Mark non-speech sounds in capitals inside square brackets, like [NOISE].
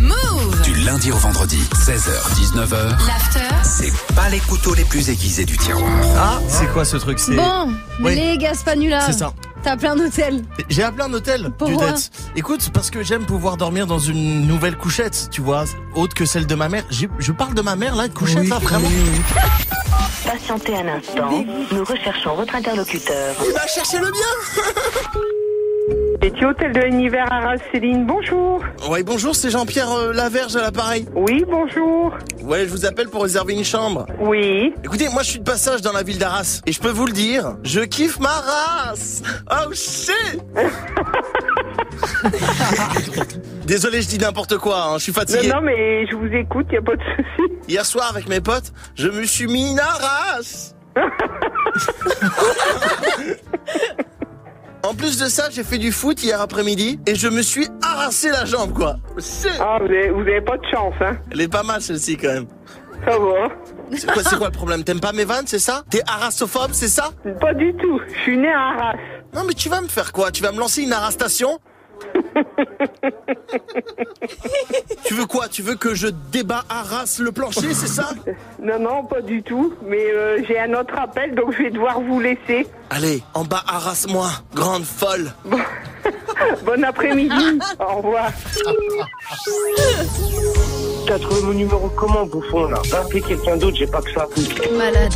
Move Du lundi au vendredi, 16h-19h, L'after c'est pas les couteaux les plus aiguisés du tiroir. Ah, c'est quoi ce truc C'est Bon, Oui. les Gaspanula, c'est ça. t'as plein d'hôtels. J'ai appelé un hôtel du Pourquoi Écoute, parce que j'aime pouvoir dormir dans une nouvelle couchette, tu vois, autre que celle de ma mère. J'ai- Je parle de ma mère là, couchette là, vraiment. Patientez un instant, nous recherchons votre interlocuteur. Il va chercher le bien. Petit hôtel de l'univers Arras, Céline, bonjour. Ouais, bonjour, c'est Jean-Pierre euh, Laverge à l'appareil. Oui, bonjour. Ouais, je vous appelle pour réserver une chambre. Oui. Écoutez, moi je suis de passage dans la ville d'Arras et je peux vous le dire, je kiffe ma race. Oh [LAUGHS] shit. Désolé, je dis n'importe quoi, hein, je suis fatigué. Non, non, mais je vous écoute, il a pas de souci. Hier soir, avec mes potes, je me suis mis une race. En plus de ça, j'ai fait du foot hier après-midi et je me suis harassé la jambe, quoi. C'est- Ah, vous avez, vous avez pas de chance, hein. Elle est pas mal, celle-ci, quand même. Ça va. C'est quoi, c'est quoi le problème T'aimes pas mes vannes, c'est ça T'es harassophobe, c'est ça Pas du tout. Je suis née à Arras. Non, mais tu vas me faire quoi Tu vas me lancer une arrestation Tu veux quoi Tu veux que je débat Arras le plancher, c'est ça Non, non, pas du tout. Mais euh, j'ai un autre appel, donc je vais devoir vous laisser. Allez, en bas, harasse-moi, grande folle Bon [LAUGHS] après-midi. Au revoir. T'as trouvé mon numéro comment, bouffon, là Va appeler quelqu'un d'autre, j'ai pas que ça. Malade.